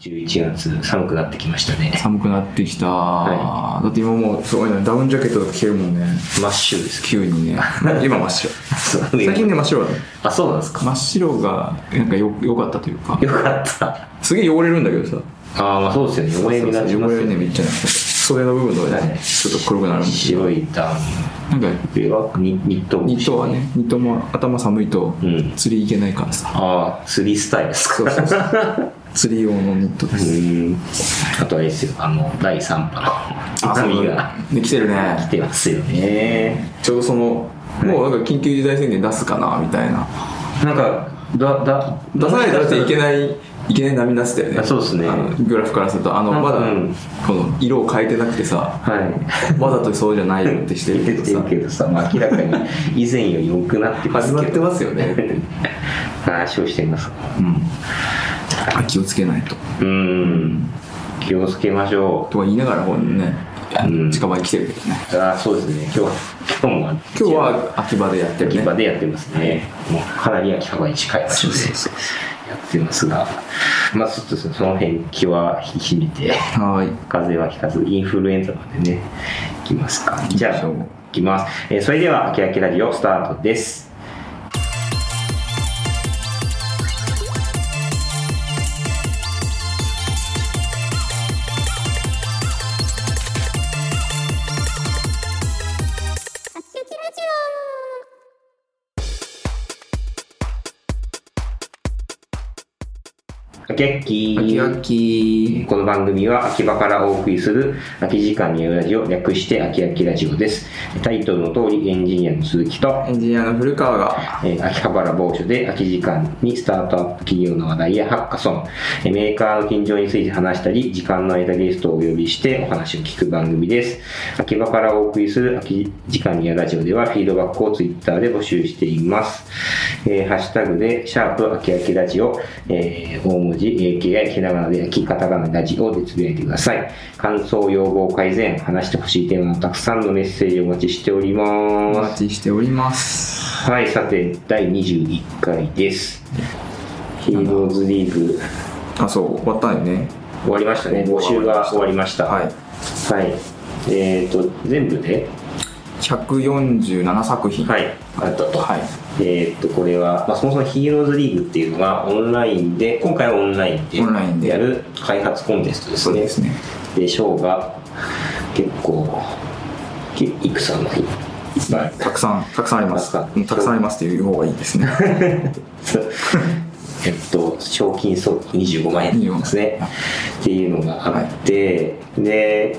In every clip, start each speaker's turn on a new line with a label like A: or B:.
A: 11月寒くなってきましたね
B: 寒くなってきた、
A: は
B: だって今もうすごいねダウンジャケットとか着てるもんね
A: 真っ白ですけ
B: 急にね 今真っ白
A: ど
B: 最近ね真っ白だね
A: あそうなんですか
B: 真っ白がなんかよ良かったというか
A: よかった
B: すげえ汚れるんだけどさ
A: ああまあそうですよね汚れになってま
B: 汚
A: すよ
B: れるねめっちゃね袖の部分とか
A: は
B: ね
A: い
B: ちょっと黒くなるんだけど
A: 白いダウン
B: なんか
A: 上はニニット帽
B: ニットはねニットも頭寒いと
A: うん
B: 釣り行けないからさ、
A: ああ釣りスタイルです
B: そう
A: か
B: そう そう釣り用のニットで
A: う
B: す、
A: んあとあれですよあの第3波の波が
B: ね来てる
A: 来
B: ね
A: てますよね
B: ちょうどそのもうなんか緊急事態宣言出すかなみたいな
A: なんかだだ
B: 出さないとだっていけないいけない波になってたよね
A: あそうですね
B: あのグラフからするとあの
A: なん
B: ま
A: か
B: だ
A: うん
B: この色を変えてなくてさ
A: はい
B: わざとそうじゃないよってしてるけ
A: 出
B: ど
A: てるけどさ、
B: さ
A: まあ、明らかに以前より多くなってます
B: 始
A: けど
B: ま ってますよね、
A: 話をしています
B: うん、あ気をつけないと
A: うん気をつけましょ
B: とは言いながらこうね、
A: うん
B: 近場に来てるけどね
A: うあそうですね今日は今日も
B: 今日は秋葉でやってる
A: 秋
B: ね
A: 葉でやってますね、もうかなり秋葉に近い場所でやってますがまあちょっとその辺気は引き締めて
B: はーい
A: 風邪はひかずインフルエンザまでねいきますかじゃあ
B: 行きましょう
A: いきます、えーそれでは「あきあきラジオ」スタートですあきあき
B: 秋秋
A: この番組は秋葉からお送りする空き時間によるラジオ略して秋秋ラジオですタイトルの通りエンジニアの鈴木と、
B: エンジニアの古川が
A: えー秋葉原某所で空き時間にスタートアップ企業の話題やハッカソンえーメーカーの近所について話したり時間の間ゲストをお呼びしてお話を聞く番組です秋葉からお送りする空き時間によるラジオではフィードバックをツイッターで募集しています、えーハッシュタグで「シャープ秋秋ラジオ」えー大文字 AKI ひらがなで秋カタカナラジオでつぶやいてください感想要望改善話してほしいテーマのたくさんのメッセージをお待ちしており
B: お
A: ます
B: 待ちしております
A: はい、さて、第21回です。ヒーローズリーグ、
B: あそう終わったよね
A: 終わりましたね。募集が終わりました。。
B: はいい
A: えっ、と、全部で、
B: 147作品
A: はい、あったと。
B: はい
A: えっ、と、これは、まあ、そもそもヒーローズリーグっていうのは、オンラインで、今回はオンラインで
B: オンラインで
A: やる開発コンテストです
B: そう
A: ね。
B: ですね
A: で、ショーが、結構、けいくつあるのいっぱい。
B: たくさんたくさんあります
A: たくさん
B: うんたくさんありますっていう方がい いですね
A: えっと、賞金総額25万円ですね。っていうのがあって、で、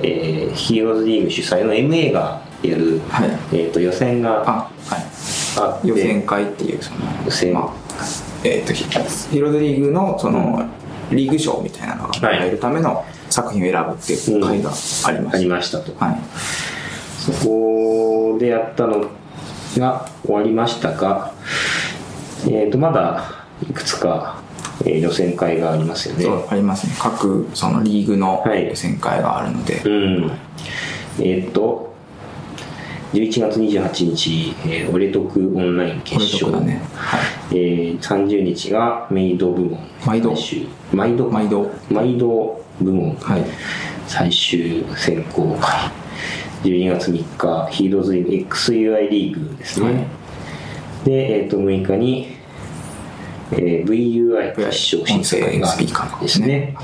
A: えーヒーローズリーグ主催の MA がやる、
B: はい
A: えっと予選が
B: あはい
A: あって
B: 予選会っていうその
A: 予選
B: まあえっ、とヒヒーローズリーグのその、リーグ賞みたいなのが
A: はい
B: 入るための作品を選ぶっていう会がありま
A: あ
B: し
A: りましたと。
B: た、はい
A: そこでやったのが終わりましたが、えっとまだいくつか、えー予選会がありますよね。
B: そうありますね各そのリーグの
A: はい
B: 予選会があるので、
A: うん、えっと11月28日、えー、俺得オンライン
B: こ
A: 決
B: れと
A: 勝
B: こだね、はい、
A: えー、30日がメイド部門
B: 毎度
A: 最終毎度
B: 毎度
A: 毎度部門、
B: はい
A: 最終選考会12月3日ヒーローズリーグ XUI リーグですね、
B: はい
A: で、えー、と6日に、えー VUI 決勝審査会があ
B: 音声スピーカー
A: る
B: の
A: んですね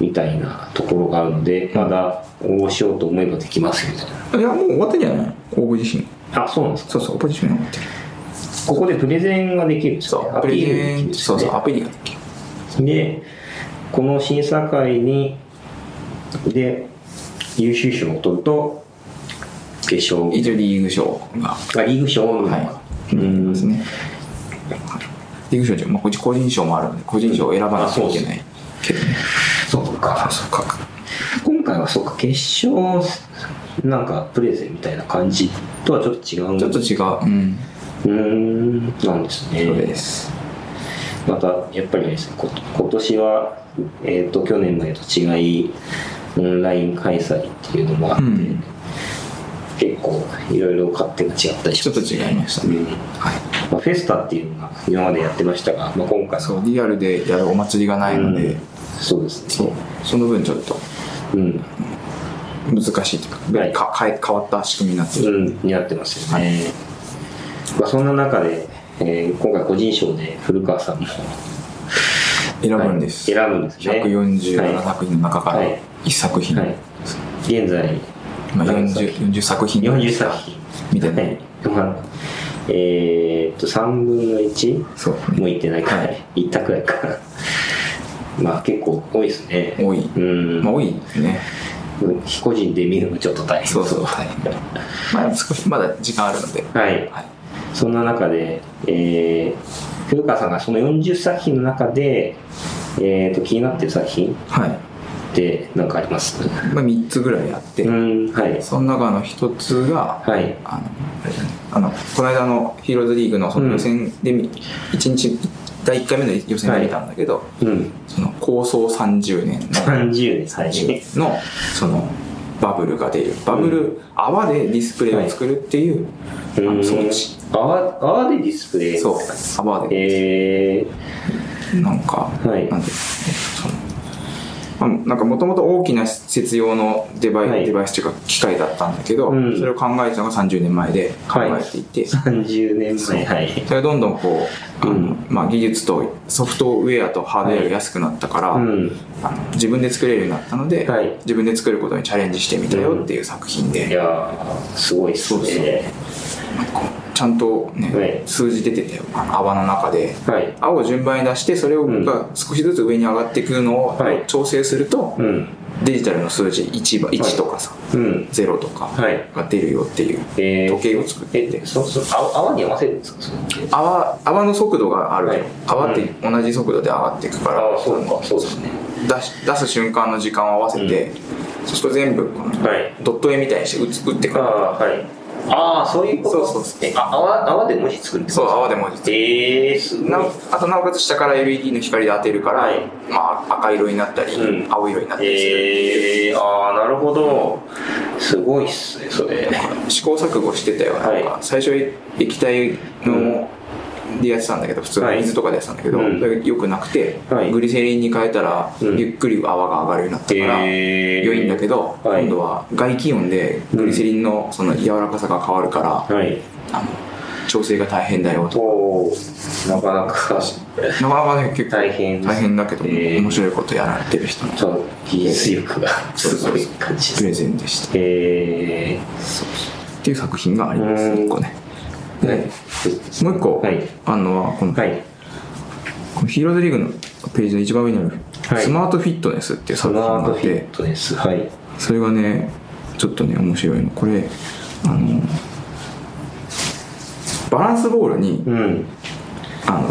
A: みたいなところがあるのでまだ応募しようと思えばできますよみたい
B: いやもう終わってんじゃない応募自身
A: なあそうなんですか
B: そうそう応募自身が終わってる
A: ここでプレゼンができるんです
B: そ
A: よね
B: う
A: ア
B: ア
A: ピ
B: ピ
A: ール
B: ー
A: できるん
B: ル
A: です
B: そ
A: よ
B: う
A: ね
B: そうアピールができる
A: でこの審査会にで優秀賞を取ると決勝
B: 一応リーグ賞が
A: あリーグ賞の、
B: は
A: う
B: い、
A: ん
B: ですね。リーグ賞じゃ、まあ、こっち個人賞もあるので、個人賞を選ばなきゃいけないけどね。
A: そうか
B: そうか。
A: 今回はそうか決勝なんかプレゼンみたいな感じとはちょっと違う
B: ちょっと違う。うん。
A: うーんなんです
B: そう
A: ね
B: です。
A: またやっぱりですねこ今年は、えー、と去年までと違いオンライン開催っていうのもあって、
B: うん。
A: 結構いろいろ勝手が違ったりし
B: ちょっと違いましたね、
A: うん
B: はい、
A: まあ、フェスタっていうのが今までやってましたが、まあ、今回
B: そうリアルでやるお祭りがないので、
A: うんそうです
B: そ
A: ね
B: うその分ちょっと
A: うん、
B: 難しいというか,、
A: はい
B: か変え変わった仕組みになってる、
A: うん、になってますよね、まあ、そんな中で、えー今回個人賞で古川さんも
B: 選ぶんです、
A: はい選ぶんですね
B: 147
A: は
B: 作品の中から
A: はい
B: 1作
A: い、
B: 品、
A: はい、現在
B: まあ、
A: 何
B: 40, 40作品
A: 40作品
B: みたいな、
A: はいまあえーっと3分の 1?
B: そう
A: もう行ってないか、ら行ったくらいかな。まあ結構多いですね。
B: 多い
A: うん。
B: まあ多いですね
A: うん非個人で見るのもちょっと大変。
B: そうそうはいまあ少しまだ時間あるので、
A: はい。
B: はい、
A: そんな中で、えー、古川さんがその40作品の中で、えー、と気になってる作品
B: はい
A: って何かあります
B: まあ、3つぐらいあって、
A: うん、はい。
B: その中の1つが、
A: はい。
B: あのあれだねあのこの間のヒーローズリーグのその予選で見、一日第1回目の予選で見たんだけど、
A: うん。
B: その構想30年の
A: 30年最初。
B: のそのバブルが出るバブル、泡でディスプレイを作るっていう、あ
A: う
B: の
A: ん
B: 装置。
A: 泡泡でディスプレイ。
B: そう泡で
A: え
B: なんか、
A: はい
B: なんでそのまあなんかもともと大きな施設用のデバイ,、
A: はい
B: デバイスというか機械だったんだけど、
A: うん
B: それを考えたのが30年前で考えていて、
A: ー、30年前。はい。
B: それがどんどんこう、あの
A: うん
B: まあ、技術とソフトウェアとハードウェアが安くなったから、
A: うん。
B: あの自分で作れるようになったので、
A: はい
B: 自分で作ることにチャレンジしてみたよっていう作品で、
A: いやー、すごいっすね。
B: そうこうちゃんと、ね
A: はい
B: 数字出てたよあの泡の中で
A: はい。
B: 泡を順番に出してそれを
A: うん
B: が少しずつ上に上がっていくのを
A: はい
B: 調整すると、
A: うん。
B: デジタルの数字 1, ば1とかさ、
A: うん。
B: 0とか
A: はい
B: が出るよっていう
A: えー
B: 時計を作ってて、
A: え、そ、そ、泡泡に合わせるんですかそれ
B: 泡泡の速度があるじゃん、
A: はい
B: 泡って同じ速度で上がっていくから、
A: ああ、そうか、そうですね。
B: 出し出す瞬間の時間を合わせて、そうすると全部この
A: はい
B: ドット絵みたいにして打つ打って
A: あ
B: から
A: あ、はい。ああ、そういうこと
B: そうそうそう
A: え、あ泡、泡で文字作るってこ
B: そう
A: と
B: 泡で文字つ
A: ええー、すごい。
B: なあとなおかつ下から LED の光で当てるから、
A: はい
B: まあ、赤色になったり、
A: うん
B: 青色になったりする、
A: ええー、ああ、なるほど。すごいっすね、それ。
B: 試行錯誤してたよ、
A: はい
B: なんか最初液体の、でやってたんだけど普通の
A: はい
B: 水とかでやってたんだけど、
A: うん
B: それが良くなくて、
A: はい
B: グリセリンに変えたら、
A: うん
B: ゆっくり泡が上がるようになったから、
A: えー
B: 良いんだけど、
A: はい
B: 今度は外気温でグリセリンのその柔らかさが変わるから、
A: はい。
B: あの調整が大変だよと
A: おお、なかなか。
B: なかなかね結構
A: 大変です
B: 大変だけど、
A: えー
B: 面白いことやられてる人の
A: ちょっと技術力がすごい感じです
B: プ
A: ね。
B: レゼンでした
A: え
B: っていう作品があります
A: うん
B: 1個ね
A: ー、
B: でもう一個、
A: はい
B: あんのはこの,、
A: はい。
B: このヒーローズリーグのページの一番上にある、
A: はい
B: スマートフィットネスっていう
A: ス
B: 作品が
A: マー
B: あ
A: ト
B: っ
A: フィ
B: て
A: ットです。はい。
B: それがねちょっとね面白いのこれあのバランスボールに、
A: うん。
B: あの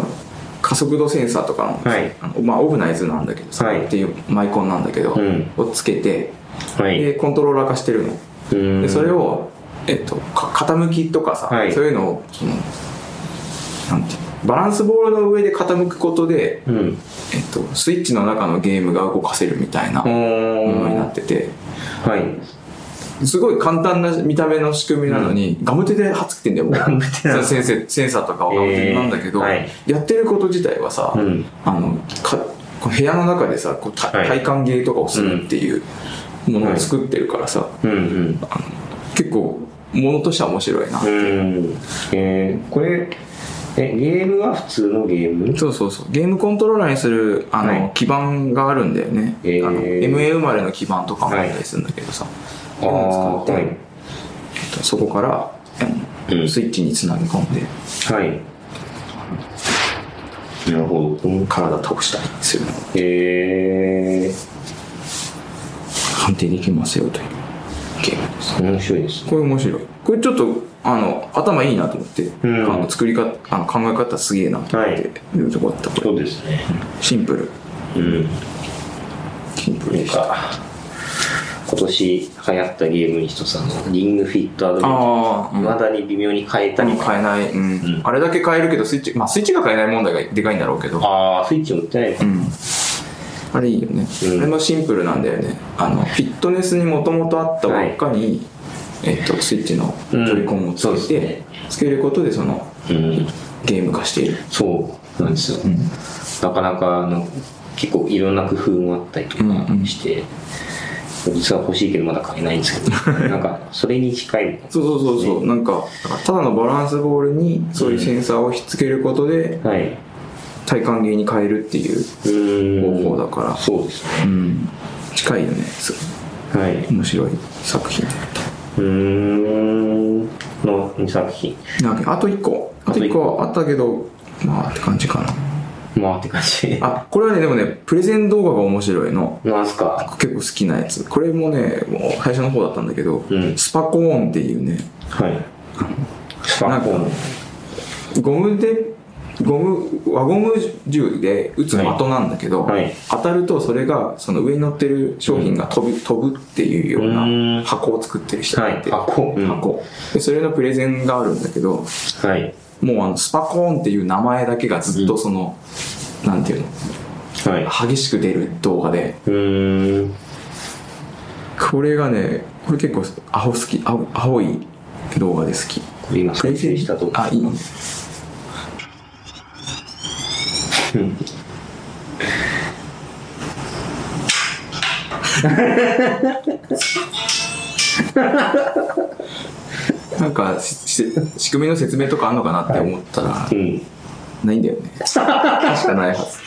B: 加速度センサーとかの,、
A: はい
B: あのまあ、オブナイズなんだけどさ、
A: はい
B: っていうマイコンなんだけど、
A: うん
B: をつけて
A: はい。
B: でコントローラー化してるの、
A: で
B: でそれ、を、えっと、か傾きとかさ、
A: はい
B: そういうのをそのなんていうのバランスボールの上で傾くことで、
A: うん。
B: えっと、スイッチの中のゲームが動かせるみたいな
A: お
B: ものにな
A: ー
B: ってて
A: はい。
B: すごい簡単な見た目の仕組みなのに、ガムテではっつけてんだよもう
A: ガムテな
B: そ
A: の
B: のセンセセンサーとかはガムテなんだけど、
A: えーはい
B: やってること自体はさ、
A: うん
B: あのかこう部屋の中でさこうた
A: はい
B: 体感ゲーとかをするっていうものを作ってるからさ、
A: うんうん。
B: 結構ものとしては面白いな、
A: うん。えー、これ、え、ゲームは普通のゲーム
B: そうそうそうゲームコントローラーにするあの、
A: はい
B: 基盤があるんだよね、
A: えー
B: あの MA 生まれの基盤とかもあったりするんだけどさ、そういうのを使って、そこからあの
A: うん
B: スイッチにつなぎ込んで
A: はい。はい。なるほど。うん
B: 体倒したりするの
A: え
B: 判定できますよというゲームです
A: ー、面白いですね。
B: これ面白いこれちょっとあの頭いいなと思って、
A: ん
B: あの作り方あの考え方すげえなと思って、よかったこれ
A: そうですね。
B: シンプル
A: うん。
B: シンプル
A: なん
B: でした
A: か、今年流行ったゲームに一つあの、リングフィットアドベンチャ
B: ああ、
A: ー。いまだに微妙に変えたりとか
B: 変えない、うん
A: うん
B: あれだけ変えるけどスイッチまあスイッチが変えない問題がでかいんだろうけど
A: ああ、スイッチも売ってないの
B: う
A: か。
B: んあれいいよね、
A: うん
B: あれもシンプルなんだよねあのフィットネスにもともとあった輪っかに、えっと、スイッチの取り込むをつ
A: うんそうです
B: けて、
A: ね
B: つけることでその
A: うん、
B: ゲーム化している、
A: そうなんですよ、なかなかあの結構いろんな工夫もあったりとか
B: うんうん
A: して、実は欲しいけどまだ買えないん ですけどなんかそれに近い
B: そうそうそうそう、なんかただのバランスボールにそういうセンサーをひっつけることで
A: はい
B: 体感ゲーに変えるっていう
A: うーん
B: 方法だから
A: そうですね
B: うん近いよねす
A: はい
B: ごい面白い作品
A: うーんの2作品
B: なんかあと1個あと1個あったけどまあって感じかな
A: まあって感じ
B: あこれはねでもねプレゼン動画が面白いの
A: なんすか
B: 結構好きなやつこれもねもう最初の方だったんだけど、
A: うん
B: スパコーンっていうね
A: はいス
B: な
A: パ
B: んか
A: コン
B: ゴムでゴム輪ゴム銃で撃つ的なんだけど、
A: はいはい
B: 当たるとそれがその上に乗ってる商品が飛ぶ,、飛ぶっていうよう
A: うーん
B: な箱を作ってる人がいて、
A: はい箱うん
B: 箱でそれのプレゼンがあるんだけど
A: はい
B: もうあのスパコーンっていう名前だけがずっとその、なんていうの
A: はいう
B: 激しく出る動画で
A: ーん
B: これがねこれ結構アホ好きアホアホい動画で好き
A: これ今再生したと
B: あいいのなんかしし仕組みの説明とかあんのかなって思ったら
A: うん
B: ないんだよね確かないはず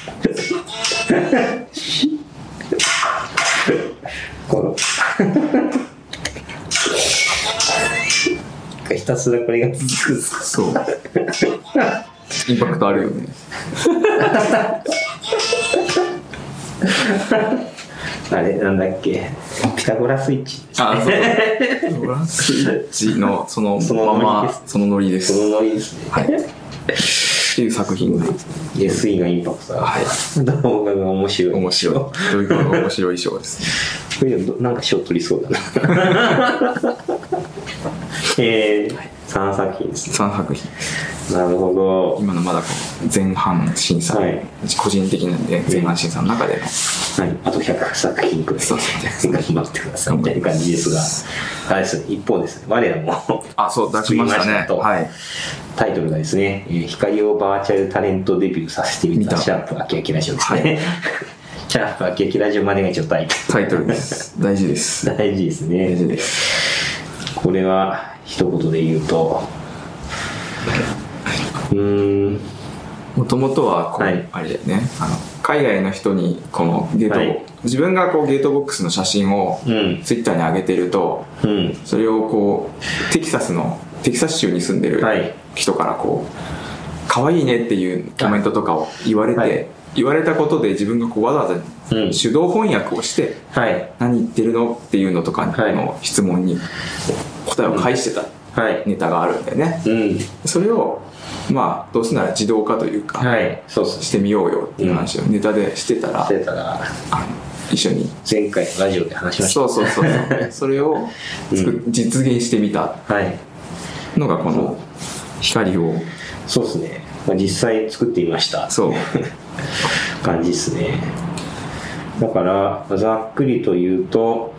A: このひたすらこれが続くんですか
B: そうインパクトあるよね
A: あれなんだっけピタゴラスイッチ
B: あそうそうラスイッチのその
A: その
B: ま
A: ノリで
B: ますそのノリです
A: そのノリですね
B: はい、っていう作品が
A: 下水がインパクトあ
B: はい
A: る動画が面白い
B: 面白いというか面白い賞ですね
A: これでもどなんか賞取りそうだな えー、3作品ですね
B: 3作品
A: なるほど
B: 今のまだこう前半審査、
A: はい
B: 個人的なね前半審査の中での
A: はい、あと100作品くらい
B: そうですね
A: 頑張ってくださいみたいな感じです があれですね一方ですね我らも
B: あそう出しましたね
A: と
B: はい
A: タイトルがですね、えー光をバーチャルタレントデビューさせてみ
B: 見
A: た
B: た
A: シャープ秋秋ラジオですね。 シャープ秋秋ラジオまでが一応タイト
B: タイトルです大事です
A: ル。大事です
B: 大事
A: ね。
B: です
A: これは一言で言うと、うーん、
B: もともとはこう、
A: はい
B: あれだよねあの海外の人にこのゲート、
A: はい
B: 自分がこうゲートボックスの写真を
A: うん、
B: ツイッターに上げてると
A: うん、
B: それをこうテキサスのテキサス州に住んでる
A: はい
B: 人からこう「可愛いね」っていうコメントとかを言われて、
A: はい
B: 言われたことで自分がこうわざわざ
A: うん
B: 手動翻訳をして
A: はい
B: 「何言ってるの?」っていうのとか
A: はい
B: の質問に答えを返してた
A: はい、
B: ネタがあるんだよね
A: うん、
B: それをまあどうせなら自動化というか、
A: はい、そうそう。
B: してみようよっていう話をネタでしてたら、
A: してたら、
B: あの一緒に
A: 前回のラジオで話しまし
B: そうそうそうそうそれを 作っ実現してみた
A: た。はい、
B: のがこの光を
A: そうですね。まあ、実際作ってみました。
B: そう
A: 感じですね。だから、ざっくりと言うと、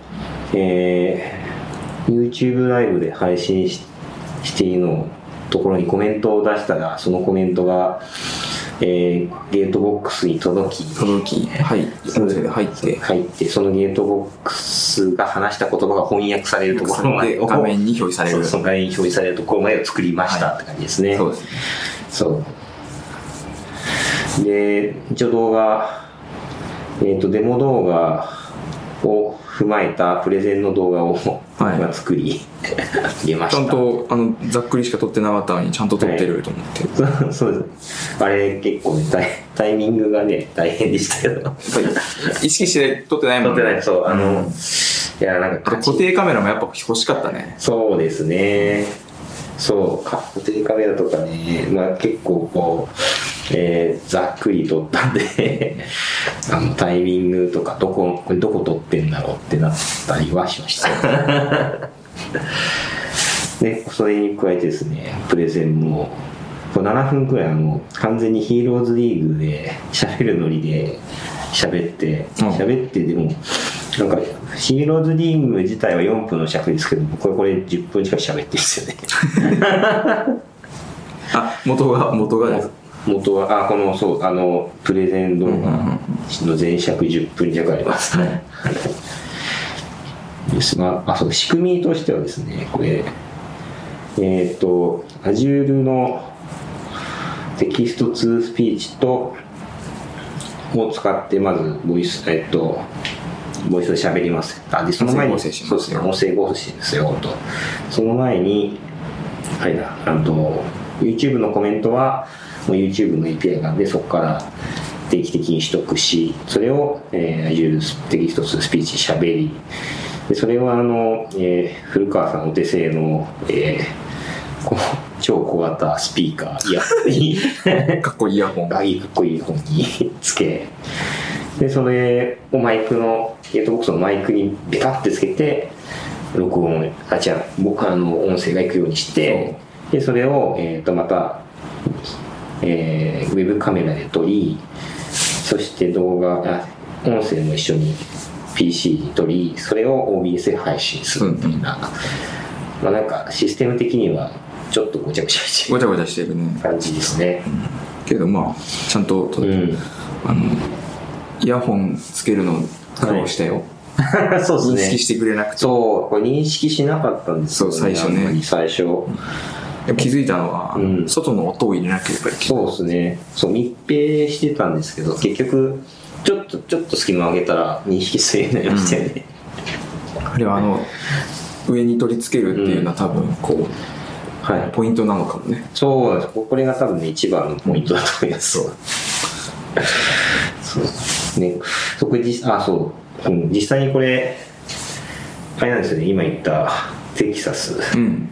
A: えー YouTube ライブで配信ししているのところにコメントを出したら、そのコメントが、えーゲートボックスに届き、
B: 届きはい音声で入って
A: 入って、そのゲートボックスが話した言葉が翻訳されるところまで
B: で
A: を
B: 画面に表示され
A: そう
B: る
A: そ
B: そう
A: の画面に表示されるところまでを作りましたって感じですね。
B: ですね
A: そう。で、一応動画、えっ、と、デモ動画を踏まえたプレゼンの動画を、
B: はい
A: 今作り、出ま
B: ちゃ
A: し
B: ん
A: た。
B: とあのざっくりしか撮ってなかったのにちゃんと撮ってると思っ
A: そ
B: て、
A: うそうです。あれ、結構ね、タイタイミングがね、大変でしたけど。
B: やっぱり意識して撮ってない
A: 撮
B: もん
A: ってない、そう、あの、
B: うん
A: いや、なん
B: あ
A: か
B: と
A: カチ
B: 固
A: ン、
B: 定カメラもやっぱ欲しかったね
A: そうですね。そう、か固定カメラとかね、まあ、結構こう、えーざっくり撮ったんで あのタイミングとかどここれどこ撮ってんだろうってなったりはしま した。でそれに加えてですねプレゼンもこう7分くらいあの完全にヒーローズリーグで喋るノリで喋って
B: うん
A: 喋ってでもなんか、ヒーローズリーム自体は4分の尺ですけど、僕はこれ10分近く喋ってるんですよね。
B: あ元が元がです
A: 元は、あ、この、そう、あの、プレゼン動画の全尺10分弱ありますね。ですが、あ、そう、仕組みとしてはですね、これ、えっ、と、Azure のテキスト2スピーチと、を使って、まず、ボイス、えっ、と、ボイスで喋ります。あ、で、その前に、
B: 音声合成します
A: そうですね、音声合成ですよ、と。その前に、はいだ、あと、YouTube のコメントは、もう YouTube の API なんで、そこから定期的に取得し、それを、えー、Azure テキスト2スピーチ喋り、でそれはあの、えー古川さんお手製の、えーこう超小型スピーカー、イヤホンに、
B: かっこいいイヤホン
A: あいいかっこいい本に つけ、で、それをマイクの、ゲートボックスのマイクにベタってつけて、録音、あ、違う、僕あの音声が行くようにして、で、それを、えっ、と、また、えーウェブカメラで撮り、そして動画、あ音声も一緒に PC に撮り、それを OBS で配信するみたいな、まあなんかシステム的にはちょっとごちゃごちゃして
B: ご
A: る
B: ちゃごちゃしてるね
A: 感じですね。
B: けどまあちゃんと撮っ
A: う
B: て
A: ん。
B: あのイヤホンつけるの苦労したよ、
A: そう
B: 認
A: ですね
B: 識。してくれなくて
A: そう、これ認識しなかったんですよ、ね。
B: そう最初ね
A: あんまり最初。
B: でも気づいたのは、
A: うん
B: 外の音を入れなければいけない
A: そうですね。そう、密閉してたんですけど、結局、ちょっと、ちょっと隙間を空けたら認識するようになりましたよね。
B: あれはあの上に取り付けるっていうのは多分こう
A: はい。
B: ポイントなのかもね
A: そうなんです。ここれが多分ね、一番のポイントだと思います。
B: そう
A: そう。ね、そこ実、あ、そう。うん、実際にこれ、あれなんですよね、今言った、テキサス。
B: うん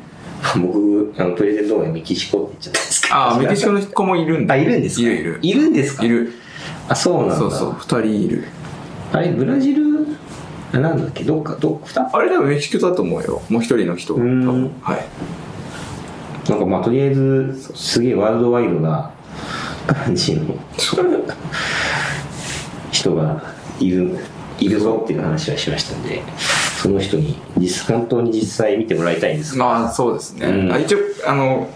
A: 僕、あのプレゼン動画でメキシコって言っちゃったんですけど。
B: ああメキシコの子もいるんだ
A: あ、いるんですか
B: いるいる
A: いるんですか
B: いる
A: あ、そうなんだ。
B: そうそう2人いる
A: あれ、ブラジル、あなんだっけ、どっか、どっか、
B: あれでもメキシコだと思うよもう一人の人
A: うーん
B: 多分はい
A: なんかまあ、とりあえず、すげえワールドワイドな感じの
B: そう
A: 人がいる、いるぞっていう話はしましたんで、その人に、実、本当に実際見てもらいたいんですが。
B: まあそうですね、
A: うん
B: あ一応あの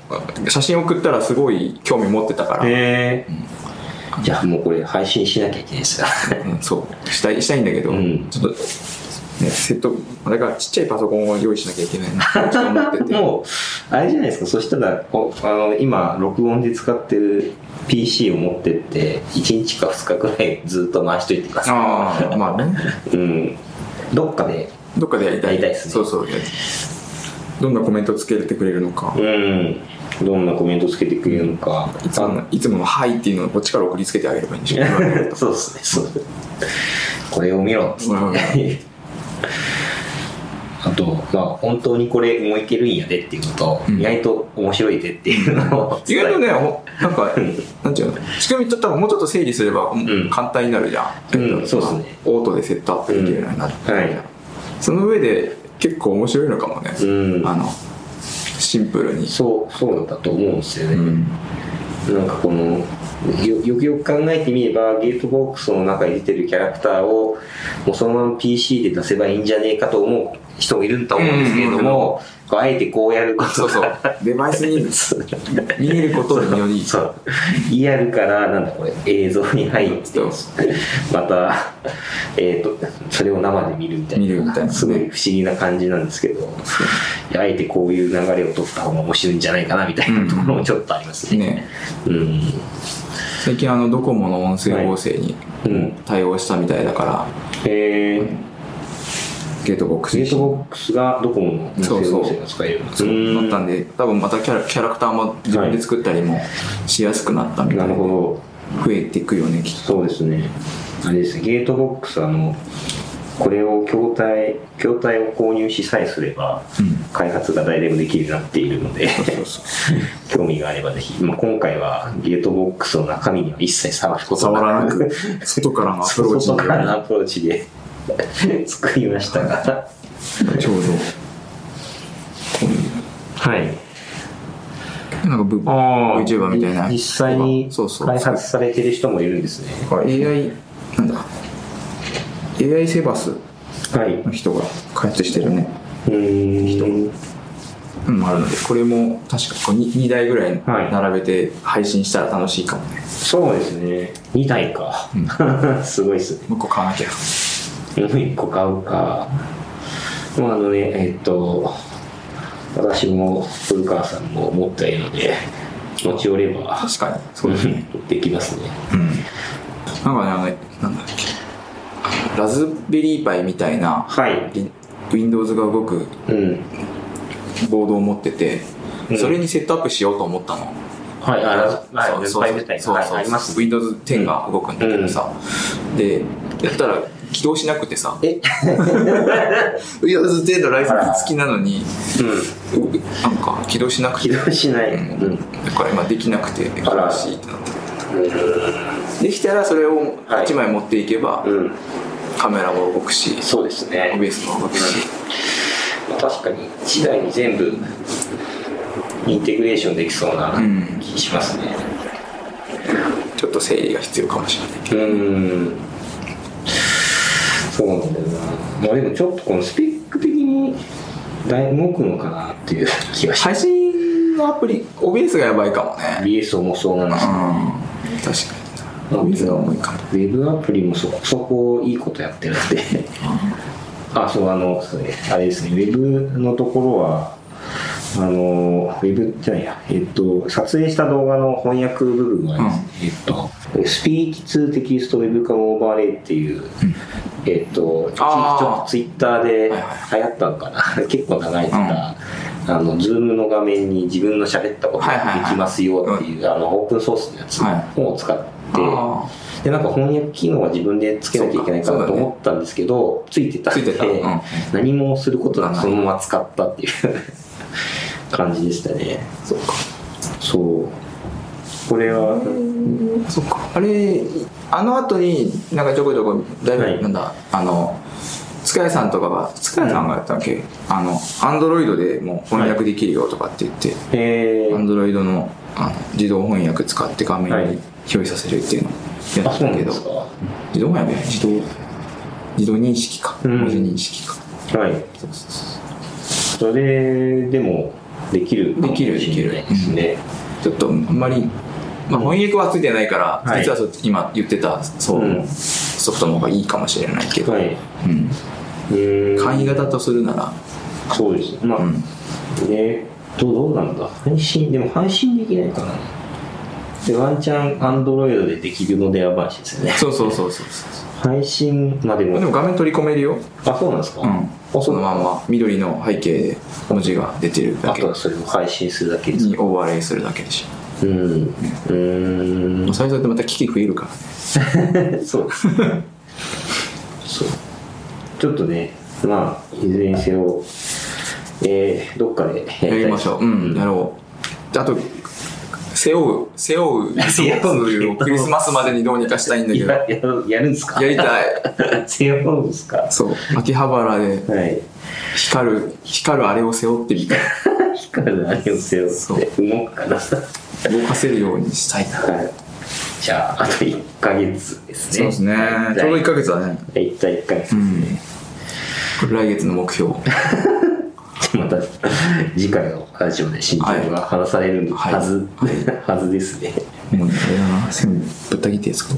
B: 写真送ったらすごい興味持ってたから、
A: へえじゃあもうこれ配信しなきゃいけないですよ。
B: うんそうしたいしたいんだけど、
A: うん
B: ちょっと、ね、セットあれからちっちゃいパソコンを用意しなきゃいけないなと思って て
A: もう、あれじゃないですか、そしたら、こあの今、録音で使ってる PC を持ってって、1日か2日くらいずっと回しといてくださ
B: ああまあね
A: い。うん。どっかで
B: どっかでやりたい
A: やりたいっすね
B: そうそうやりどんなコメントつけてくれるのか、
A: うん、どんなコメントつけてくれるのか、
B: いつものいつもの「はい」っていうのをこっちから送りつけてあげればいいんでしょ言われる と
A: そうですね、そう。これを見ろっつって。あと、まあ、本当にこれもういけるんやでっていうこと、
B: うん
A: 意外と面白いでっていうのを
B: 意
A: 伝え
B: 外とねほなんかなんていうの仕組みちょっともうちょっと整理すれば
A: ん
B: 簡単になるじゃん、
A: うん
B: えっと
A: そうっすね
B: オートでセットアップできるようになって、
A: うんはい
B: その上で結構面白いのかもね、
A: うん
B: あのシンプルに、
A: そう、そうだと思うんですよね。
B: うん
A: なんかこのよよくよく考えてみればゲートボックスの中に出てるキャラクターをもうそのまま PC で出せばいいんじゃねえかと思う人もいると思うんですけれども、こうあえてこうやること
B: そう そうデバイスに見えることにより
A: そうリアルからなんだこれ映像に入って
B: そう
A: また、えー、とそれを生で見るみたいな
B: 見るみたいな
A: すごい不思議な感じなんですけどいやあえてこういう流れを取った方が面白いんじゃないかなみたいなところもちょっとありますね。
B: ね
A: うん
B: 最近あのドコモの音声合成に
A: うん
B: 対応したみたいだから、
A: えー
B: ゲートボックス
A: ゲ
B: に
A: ートボックスがドコモの音声合成が使えるようになった
B: そう
A: う
B: なった
A: ん
B: んで多分またキャラキャラクターも自分で作ったりもしやすくなったみた
A: ないる
B: な、
A: ほど
B: 増えていくよねきっ
A: そうですねあれですゲートボックスあのこれを筐体筐体を購入しさえすれば
B: と、うん
A: 開発が誰でもできるようになっているの で
B: そうそう
A: 興味があればぜひ、まあ、今回はゲートボックスの中身には一切触ること
B: 触らなく外からのアプローチ
A: 外からの
B: で
A: アプローチで 作りましたが
B: ちょうどこ
A: はいう
B: なんかブ VTuber みたいな
A: 実際に
B: そうそう
A: 開発されてる人もいるんですね
B: なんか AI なんだ AI セバス
A: はい。
B: の人が開発してるね、
A: うーん。
B: うん、あるので、これも確かこう 2, 2台ぐらい
A: はい
B: 並べて配信したら楽しいかもね。
A: そうですね。2台か。すごいっすね。
B: もう一個買わなきゃ。
A: もう1個買うか。まあ、あのね、えっと、私も古川さんも持っているので、持ち寄れば、
B: 確かに。そうですね。
A: できますね。
B: うん。なんかね、あの、なんだっけ。ラズベリーパイみたいな、
A: はい。
B: リ Windows が動く
A: うん。
B: ボードを持ってて
A: うん、
B: それにセットアップしようと思ったの。
A: はい、あら、はい、
B: そうそう
A: いっぱい出たりとか
B: そうそう
A: あります。
B: Windows 10が動くんだけどさ、でやったら起動しなくてさ
A: え
B: Windows 10のライセンス付きなのに
A: うん。
B: なんか起動しなくて
A: 起動しない。
B: うん
A: うん。
B: だから今できなくて
A: あら
B: 悲しいってなってできたらそれを
A: はい
B: 1枚持っていけば、
A: うん。
B: カメラも動くし
A: そうですね。
B: OBS も動くし、
A: まあ確かに1台に全部インテグレーションできそうな
B: うん
A: 気しますね
B: ちょっと整理が必要かもしれないけ
A: うんんそうなんだよなまあでもちょっとこのスペック的にだいぶ動くのかなっていう気が
B: ど
A: しま
B: 配
A: す
B: 信のアプリ OBS がやばいかもね
A: BS 重そうなん
B: うん
A: ですけど
B: 確かに OBS が重いかも
A: ウェブアプリもそこそこいいことやってるんであそうあのそうねあれですねウェブのところはあのウェブじゃないやえっと撮影した動画の翻訳部分はですね、えっとスピーチ2テキストウェブカムオーバーレイっていう、えっとちち
B: あー
A: ょっとツイッターで流
B: はい
A: 行ったのかな 結構流れてた、あのズームの画面に自分の喋ったことができますよっていう、あのオープンソースのやつを使って、
B: あ
A: でなんか翻訳機能は自分でつけなきゃいけないか
B: そう
A: な
B: か
A: と
B: そうだね
A: 思ったんですけど、ついてたんで
B: ついてたうん
A: 何もすることなく
B: うん
A: そのまま使ったっていう 感じでしたね
B: あそっか
A: そうこれは
B: そっかあれあの後になんかちょこちょこだいぶ、
A: はい
B: なんだあの塚谷さんとかが塚谷さんがやったわけ、あのアンドロイドでもう翻訳できるよとかって言って、
A: え
B: アン
A: ー、
B: ドロイドのあの自動翻訳使って画面
A: はい
B: に表示させるっていうのをや
A: あ
B: っ
A: そうな
B: た
A: ん
B: け
A: で
B: ど、
A: すか
B: 自動翻訳自動自動認識か、
A: うん
B: 文字認識か
A: はい
B: そうそうそう
A: それでもできるかもしれないですね
B: ちょっとあんまり、まあ、翻訳はついてないから、
A: はい
B: 実はそっち今言ってたそう、
A: うん
B: ソフトの方がいいかもしれないけど、
A: はいう
B: うん
A: ーん
B: 簡易型とするなら、
A: そうですまあ、
B: うん
A: ねどうどうなんだ配信でも配信できないかなでワンチャンアンドロイドでできるのでは話ですよね
B: そうそうそうそうそう
A: 配信まあでも
B: でも画面取り込めるよ、
A: あそうなんですか、
B: うん
A: あ
B: そ
A: そう
B: のまんま緑の背景で文字が出てるだ
A: あ
B: け
A: とはそれを配信するだけです
B: にオーバーレイするだけでし
A: うんう
B: ょ、
A: ー
B: もうんそれだってまた機器増えるからね
A: そうですねそうちょっとねまあいずれにせよえー、どっかでやりたい
B: やりましょううんやろうであと背負う背負う
A: 背負う
B: をクリスマスまでにどうにかしたいんだけど
A: や
B: や
A: ややるんですか
B: りたい
A: 強いんですか
B: そう秋葉原で
A: はい
B: 光る光るあれを背負ってみたい
A: 光るあれを背負って動くかなは
B: 動かせるようにしたいな
A: いじゃああと1か月ですね
B: そうですねちょうど1ヶ月だね
A: 一体1か月です
B: う
A: ね、
B: んこれ来月の目標
A: また次回のラジオで心情が話される
B: はい
A: はず、 はずですね。
B: もうあれだな、全部ぶった切ってやつか。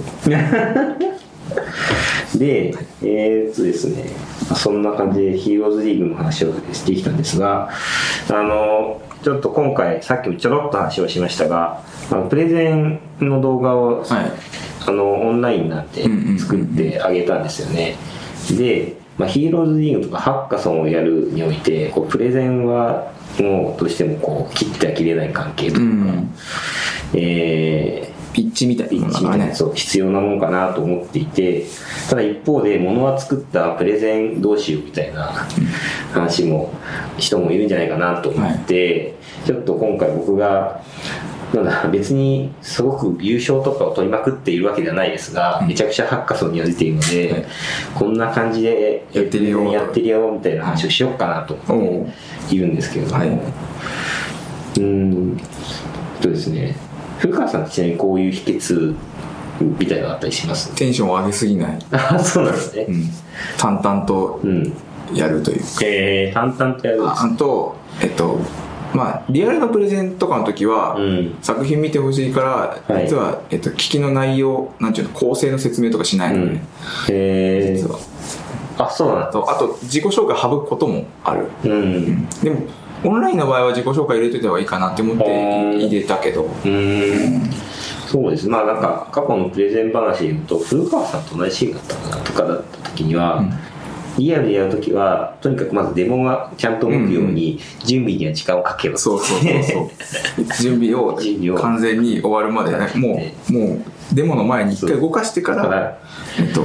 A: で、えーっとですね、そんな感じでヒーローズリーグの話をしてきたんですが、あの、ちょっと今回、さっきもちょろっと話をしましたが、あのプレゼンの動画を、
B: はい。
A: あのオンラインなんて
B: うんうんうんうん
A: 作ってあげたんですよね。で、まあ、ヒーローズリーグとかハッカソンをやるにおいてこうプレゼンはもうどうしてもこう切っては切れない関係という
B: う
A: か、
B: ん。
A: え
B: ピッチみたい
A: ー、一致み
B: なもんだから
A: たいな
B: ね。
A: そう必要なものかなと思っていてただ一方で物は作ったプレゼンどうしようみたいな話も人もいるんじゃないかなと思って、ちょっと今回僕がなんだ別にすごく優勝とかを取りまくっているわけではないですが、
B: うん
A: めちゃくちゃハッカソンには出ているので、
B: はい
A: こんな感じで
B: やってるよ
A: やってるよみたいな話をしようかなと
B: お
A: 思っ
B: う
A: ているんですけれども、
B: はいう
A: ーんそうですね古川さんちなみにこういう秘訣みたいなのあったりします
B: テンションを上げすぎない。
A: あ、そうなんですね
B: う。ん。淡々と
A: うん。
B: やるという。
A: えー、淡々とやるんです
B: あと、えっと、まあ、リアルなプレゼンとかの時は、
A: うん
B: 作品見てほしいから、
A: はい
B: 実は、えっと、聞きの内容、なんていうの、構成の説明とかしないので、
A: うんえ
B: 実
A: ー、
B: は。
A: あ、そうなん
B: あ
A: だ。
B: と、あと自己紹介省くこともある。
A: うん。
B: でも、オンラインの場合は自己紹介入れといた方がいいかなって思って
A: うん
B: 入れたけど、
A: うーんそうですまあなんか過去のプレゼン話で言うと古川さんと同じシーンだったかなとかだった時には、
B: うん
A: リアルでやる時はとにかくまずデモがちゃんと動くように準備には時間をかけろ
B: そうそうそうそう。 準備を
A: 準備を
B: 完全に終わるまで、もう、もう、デモの前に一回動かしてか、
A: だからら
B: えっと、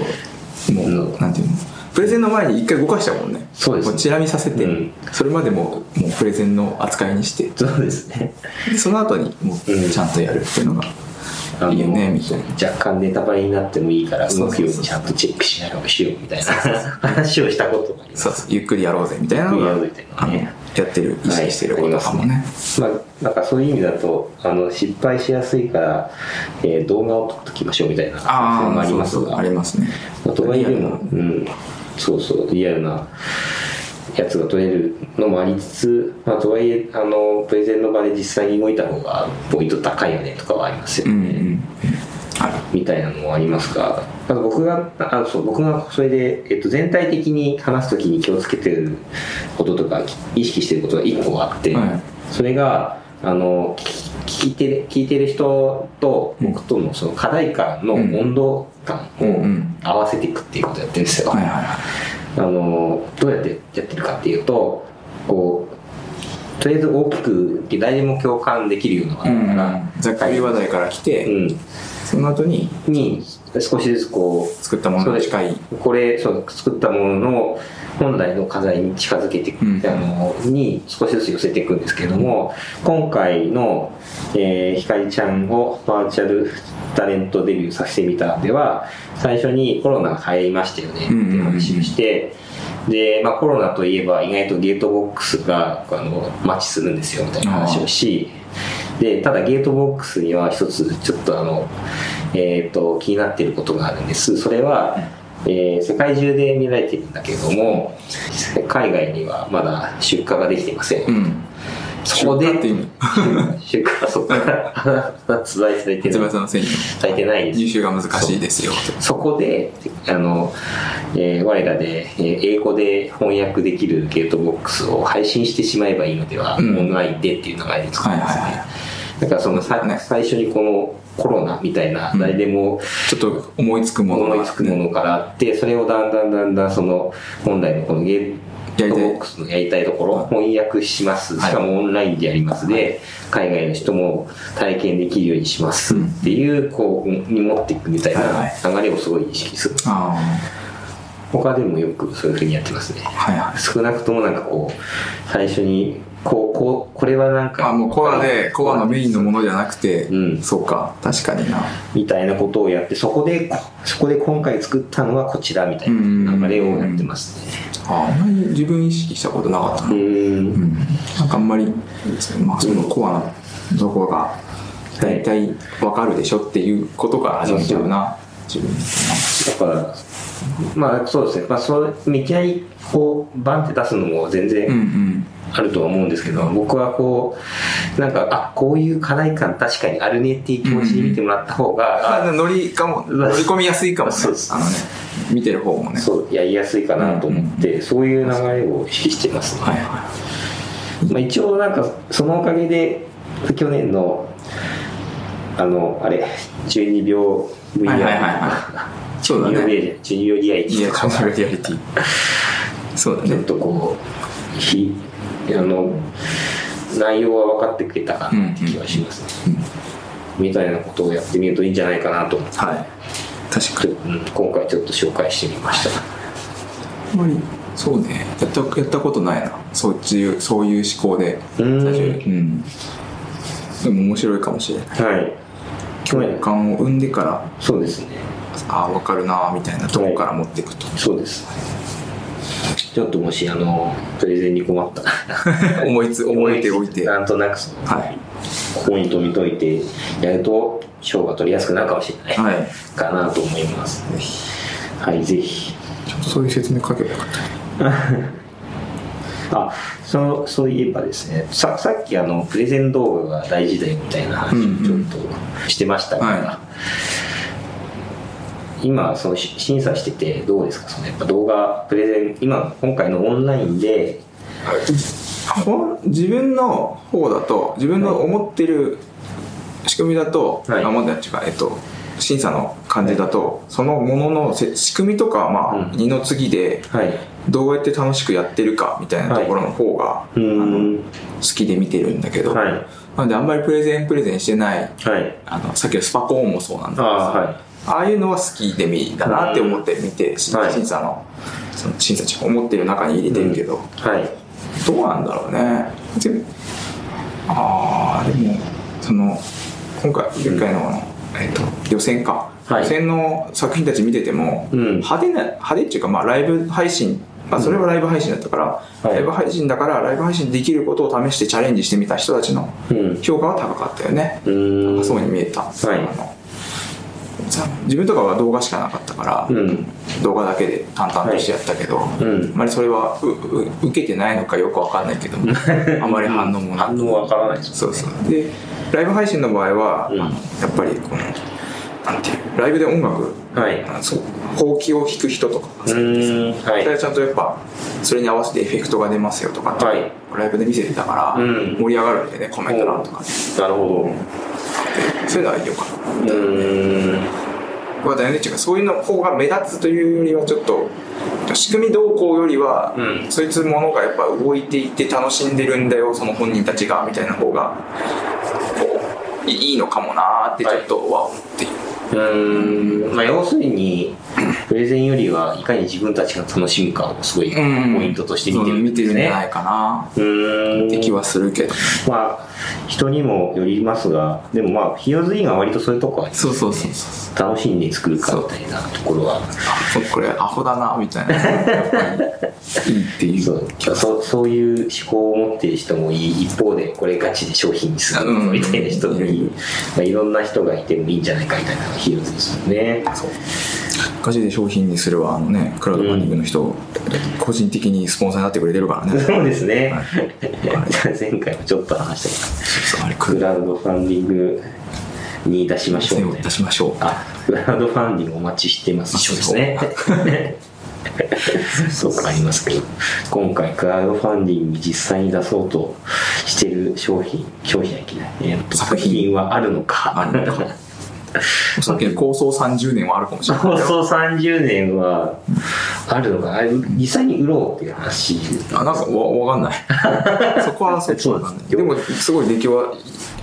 B: もう、
A: うん
B: なんていうのプレゼンの前に一回動かしたもんね。
A: そうです
B: もうチラ見させて、
A: うん
B: それまでもう、もうプレゼンの扱いにして、
A: そうですね
B: でその後にも
A: う
B: うんちゃんとやるっていうのが
A: あの
B: いいよね、みたいな。
A: 若干ネタバレになってもいいから
B: そう
A: 動
B: そ
A: く
B: うそう
A: ようにちゃんとチェックしながらしようみたいな話をしたことがありま
B: そう
A: す
B: そうゆっくりやろうぜみたいなのが、
A: ゆっくりやろうぜみたい
B: あの
A: な
B: や
A: ね
B: ってる意識してることかもね、
A: まあ、なんかそういう意味だとあの失敗しやすいから、えー動画を撮っときましょうみたいな発想
B: あ
A: が
B: あ
A: あり
B: そう
A: ます
B: そう
A: が
B: ありますね
A: まあ、とはいえでも
B: リアル、
A: うん、そうそう、リアルなやつが取れるのもありつつ、まあ、とはいえ、あの、プレゼンの場で実際に動いた方がポイント高いよねとかはありますよ
B: う
A: ね。
B: んうんある
A: みたいなのもありますが、まず僕が、あそう僕がそれで、えっと、全体的に話すときに気をつけてることとか、意識してることが1個あって、
B: はい
A: それが、あの、聞聞いてる、聞いてる人と僕とのその課題感の温度感
B: う
A: を
B: ん
A: 合わせていくっていうことをやってるんですよ。
B: はいはいは
A: あのどうやってやってるかっていうとこうとりあえず大きく誰でも共感できるような話
B: い
A: 題から、
B: うんざっくり話題から来て、
A: うん
B: その後に
A: に少しずつこ
B: 作ったものに近いう
A: これそう作ったものの本来の課題に近づけて、
B: うん
A: あのに少しずつ寄せていくんですけども今回の、えーひかりちゃんをバーチャルタレントデビューさせてみたでは最初にコロナが流行りましたよねっていう話をして。で、まあ、コロナといえば意外とゲートボックスがあのマッチするんですよみたいな話をしでただゲートボックスには一つちょっとあの、えー、と気になっていることがあるんですそれは、えー世界中で見られているんだけれども海外にはまだ出荷ができていません、
B: うん
A: そこで
B: 出荷っていう意味
A: 出荷はそこから発売されて
B: 発
A: ない
B: 売さのせいに
A: されてないです
B: 入手が難しいですよ
A: そこで、あの、えー我らで、えー英語で翻訳できるゲートボックスを配信してしまえばいいのでは、
B: うん
A: オンラインでっていうのがあります
B: はい
A: ね。
B: はいはい
A: だからそのさ、
B: ね
A: 最初にこのコロナみたいな、
B: うん
A: 誰でも
B: ちょっと思いつくものが
A: 思いつくものからあって、それをだんだんだんだんその本来のこのゲー
B: や
A: ト
B: り
A: ボ
B: たい
A: ックスのやりたいところ、翻訳します。
B: はい
A: しかもオンラインでやりますで、海外の人も体験できるようにしますっていう、こう、に持っていくみたい
B: は
A: な流れをすごい意識する。
B: あ
A: 他でもよくそういう風にやってますね
B: あはいはい
A: 少なくともなんかこう最初にこうこうこれはなんか
B: あもうコアでコアのメインのものじゃなくて、
A: うん
B: そうか確かにな
A: みたいなことをやってそこでこそこで今回作ったのはこちらみたいな流れをやってますね
B: ああんまり自分意識したことなかったな
A: うー
B: うんん、なんかあんまり、まあ、そのコアのところが大体わかるでしょっていうことから始めちゃうな自分
A: だからまあそうですねまあそういきなりこうバンって出すのも全然、
B: うんうん
A: あるとは思うんですけど僕はこうなんかあこういう課題感確かにあるねっていう気持ちで見てもらった方が、
B: あノリかも
A: うん
B: 乗り込みやすいかもね
A: そうです
B: あのね見てる方もね
A: そうやりやすいかなと思って、そういう流れを意識してますね、
B: はいは
A: まあ、一応なんかそのおかげで去年のあのあれ12秒 VR、
B: はいはいはいはいそうだ
A: 12秒
B: ね
A: VR 12秒リアリテ
B: い
A: ィ
B: や
A: とか
B: カ
A: が
B: ジュアルリアリティそうだ
A: ちょっ
B: ね
A: とこうひあの内容は分かってくれたかなって気はしますね、みたいなことをやってみるといいんじゃないかなと思って、
B: はい確かに
A: うん今回ちょっと紹介してみました
B: あんまりそうねやったやったことないなそういうそういう思考で
A: うーん
B: うんでも面白いかもしれない
A: はい去年
B: 共感を生んでから
A: そうですね
B: ああ分かるなみたいなとこから持っていくと、
A: そうですちょっともしあのプレゼンに困 ったら
B: 思いつ覚えておいては
A: なんとなくその
B: い
A: ここに留めといてやると賞が取りやすくなるかもしれない
B: はい
A: かなと思います。
B: ぜひ
A: はい、ぜひ。
B: ちょっとそういう説明書けばよかった
A: あそうそういえばですねささっきあのプレゼン動画が大事だよみたいな話
B: うん
A: をちょ
B: うん
A: っとしてましたが、
B: は
A: 今そのし審査しててどうですかそのやっぱ動画プレゼン今今回のオンラインで
B: ほん自分の方だと自分の思ってる仕組みだと、
A: はい
B: あ思ってないっていうか、えっと、審査の感じだと、そのもののせ仕組みとかはまあ、
A: うん
B: 二の次で
A: はい
B: どうやって楽しくやってるかみたいなところの方が、
A: う
B: あの
A: ーん
B: 好きで見てるんだけど、
A: はい
B: なんであんまりプレゼンプレゼンしてない
A: はい
B: あのさっきのスパコーンもそうなんだけ
A: あ
B: どさ
A: あはい
B: ああいうのは好きで見だなって思って見て、し
A: はい
B: 審査のその審査ちゃん思ってる中に入れてるけど、
A: はい
B: どうなんだろうねでああでもその今回前回のあの、えっと予選か、
A: はい
B: 予選の作品たち見てても、
A: うん
B: 派手な派手っていうかまあライブ配信まあそれはライブ配信だったから、
A: うんはい
B: ライブ配信だからライブ配信できることを試してチャレンジしてみた人たちの
A: うん
B: 評価は高かったよね、
A: うーん
B: そうに見えた、
A: い
B: あのさ自分とかは動画しかなかったから、
A: うん
B: 動画だけで淡々としてやったけど、
A: うん
B: あまりそれはうう受けてないのかよくわかんないけど あまり反応もな
A: 反応わからないです
B: そうそうでライブ配信の場合は、
A: うん
B: あのやっぱりこのなんていうライブで音楽
A: はい
B: あのそうほうきを弾く人とか
A: うーんは
B: そ
A: い
B: れはちゃんとやっぱそれに合わせてエフェクトが出ますよとかって、
A: はい
B: ライブで見せてたから、
A: うん
B: 盛り上がるんでねコメント欄とかね
A: なるほ
B: そういうのはいいよかった
A: どうーん
B: はだよねっていうかそういうの方が目立つというよりはちょっと仕組み動向よりは、
A: うん
B: そいつものがやっぱ動いていって楽しんでるんだよその本人たちがみたいな方がこういいいのかもなーってちょっとは思っている、
A: うーんまあ、要するに、プレゼンよりはいかに自分たちが楽しむかをすごいポ
B: うん
A: イントとして見てるん
B: 見
A: で
B: てる
A: す
B: んじゃ
A: ね。
B: ないかな
A: うーん
B: って気はするけど
A: まあ、人にもよりますが、でもまあ、ヒヨズインは割とそういうとこは
B: そうそうそうそう
A: 楽しんで作るかみたいなところは、
B: あこれアホだなみたいなやっぱりいいってい
A: そううそうそういう思考を持っている人もいい、一方でこれガチで商品にする
B: うん
A: みたいな人もい
B: うん
A: い、まあ、いろんな人がいてもいいんじゃないかみたいなのがヒヨズインですよね。
B: そうガチで商品にすればあのねクラウドファンディングの人、個人的にスポンサーになってくれてるからね
A: そうですね。
B: はい
A: 前回もちょっと話したけど。
B: そうあれク
A: ク
B: ラ
A: ラウドファンディングに出しましょう
B: 線
A: み
B: を
A: たいな
B: 出しましょう
A: あクラウドファンディングお待ちしてます
B: そう
A: そうです ねそうかありますけど今回クラウドファンディング実際に出そうとしてる商品商品はいけない、えーと
B: 作
A: 作
B: 品
A: 品はあるのか
B: あるのかさっきの構想30年はあるかもしれない
A: 放 送30年はあるのかあれ実際に売ろうっていう話
B: あなんかわわかんないそこはそこ
A: そ
B: わ
A: う
B: かん
A: な
B: なんい
A: です
B: で
A: よ
B: もすごい出来は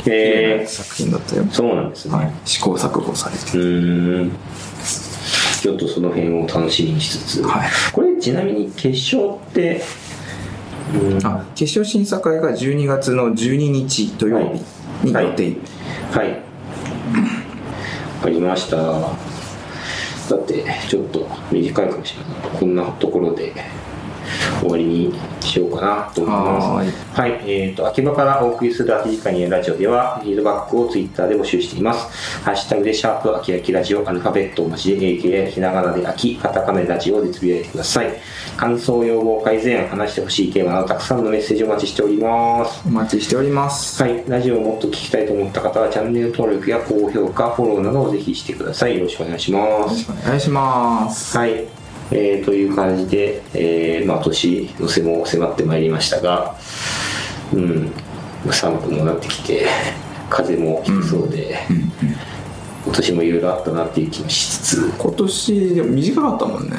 A: へー
B: いい作品だったよ、
A: そうなんですね、
B: はい、試行錯誤されて
A: うーんちょっとその辺を楽しみにしつつ、
B: はい
A: これちなみに決勝ってうん
B: あ決勝審査会が12月の12日土曜日に
A: はい
B: 予定、
A: はいわかりましただってちょっと短いかもしれないからこんなところで終わりにしようかなと思います
B: はい
A: はい、えっ、と、秋葉からお送りする秋時間にラジオでは、フィードバックをツイッターで募集しています。ハッシュタグで、シャープ、秋秋ラジオ、アルファベット文字で、AKA、ひながなで秋、カタカナでラジオでつぶやいてください。感想、要望、改善、話してほしいテーマなど、たくさんのメッセージをお待ちしております。
B: お待ちしております
A: はい、ラジオをもっと聞きたいと思った方は、チャンネル登録や高評価、フォローなどをぜひしてください。よろしくお願いしま
B: よろ
A: す
B: し。くお願いします
A: はい、えーという感じで、えーまあ、年の瀬も迫ってまいりましたが、うん、寒くもなってきて、 風もひくそうで、今年もいろいろあったなっていう気もしつつ、
B: 今年でも短かったもんね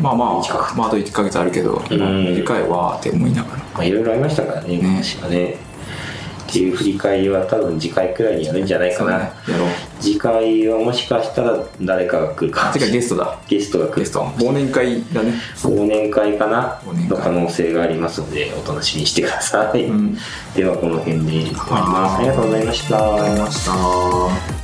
B: まあま
A: 短かっ
B: あ
A: た
B: まああと1か月あるけど、
A: ん
B: まあ短いわーって思いながら
A: まあ、いろいろありましたからね、今年はね。っていう振り返りは多分次回くらいにやるんじゃないか
B: そう
A: な。
B: だねやろう
A: 次回はもしかしたら誰かが来るか
B: てかゲストだ
A: ゲストが来
B: ゲ
A: る
B: スト忘年会だね
A: 忘年会かな
B: 忘年会
A: の可能性がありますのでお楽しみにしてください、
B: ん
A: ではこの辺で終わりますありがとうございました
B: ありました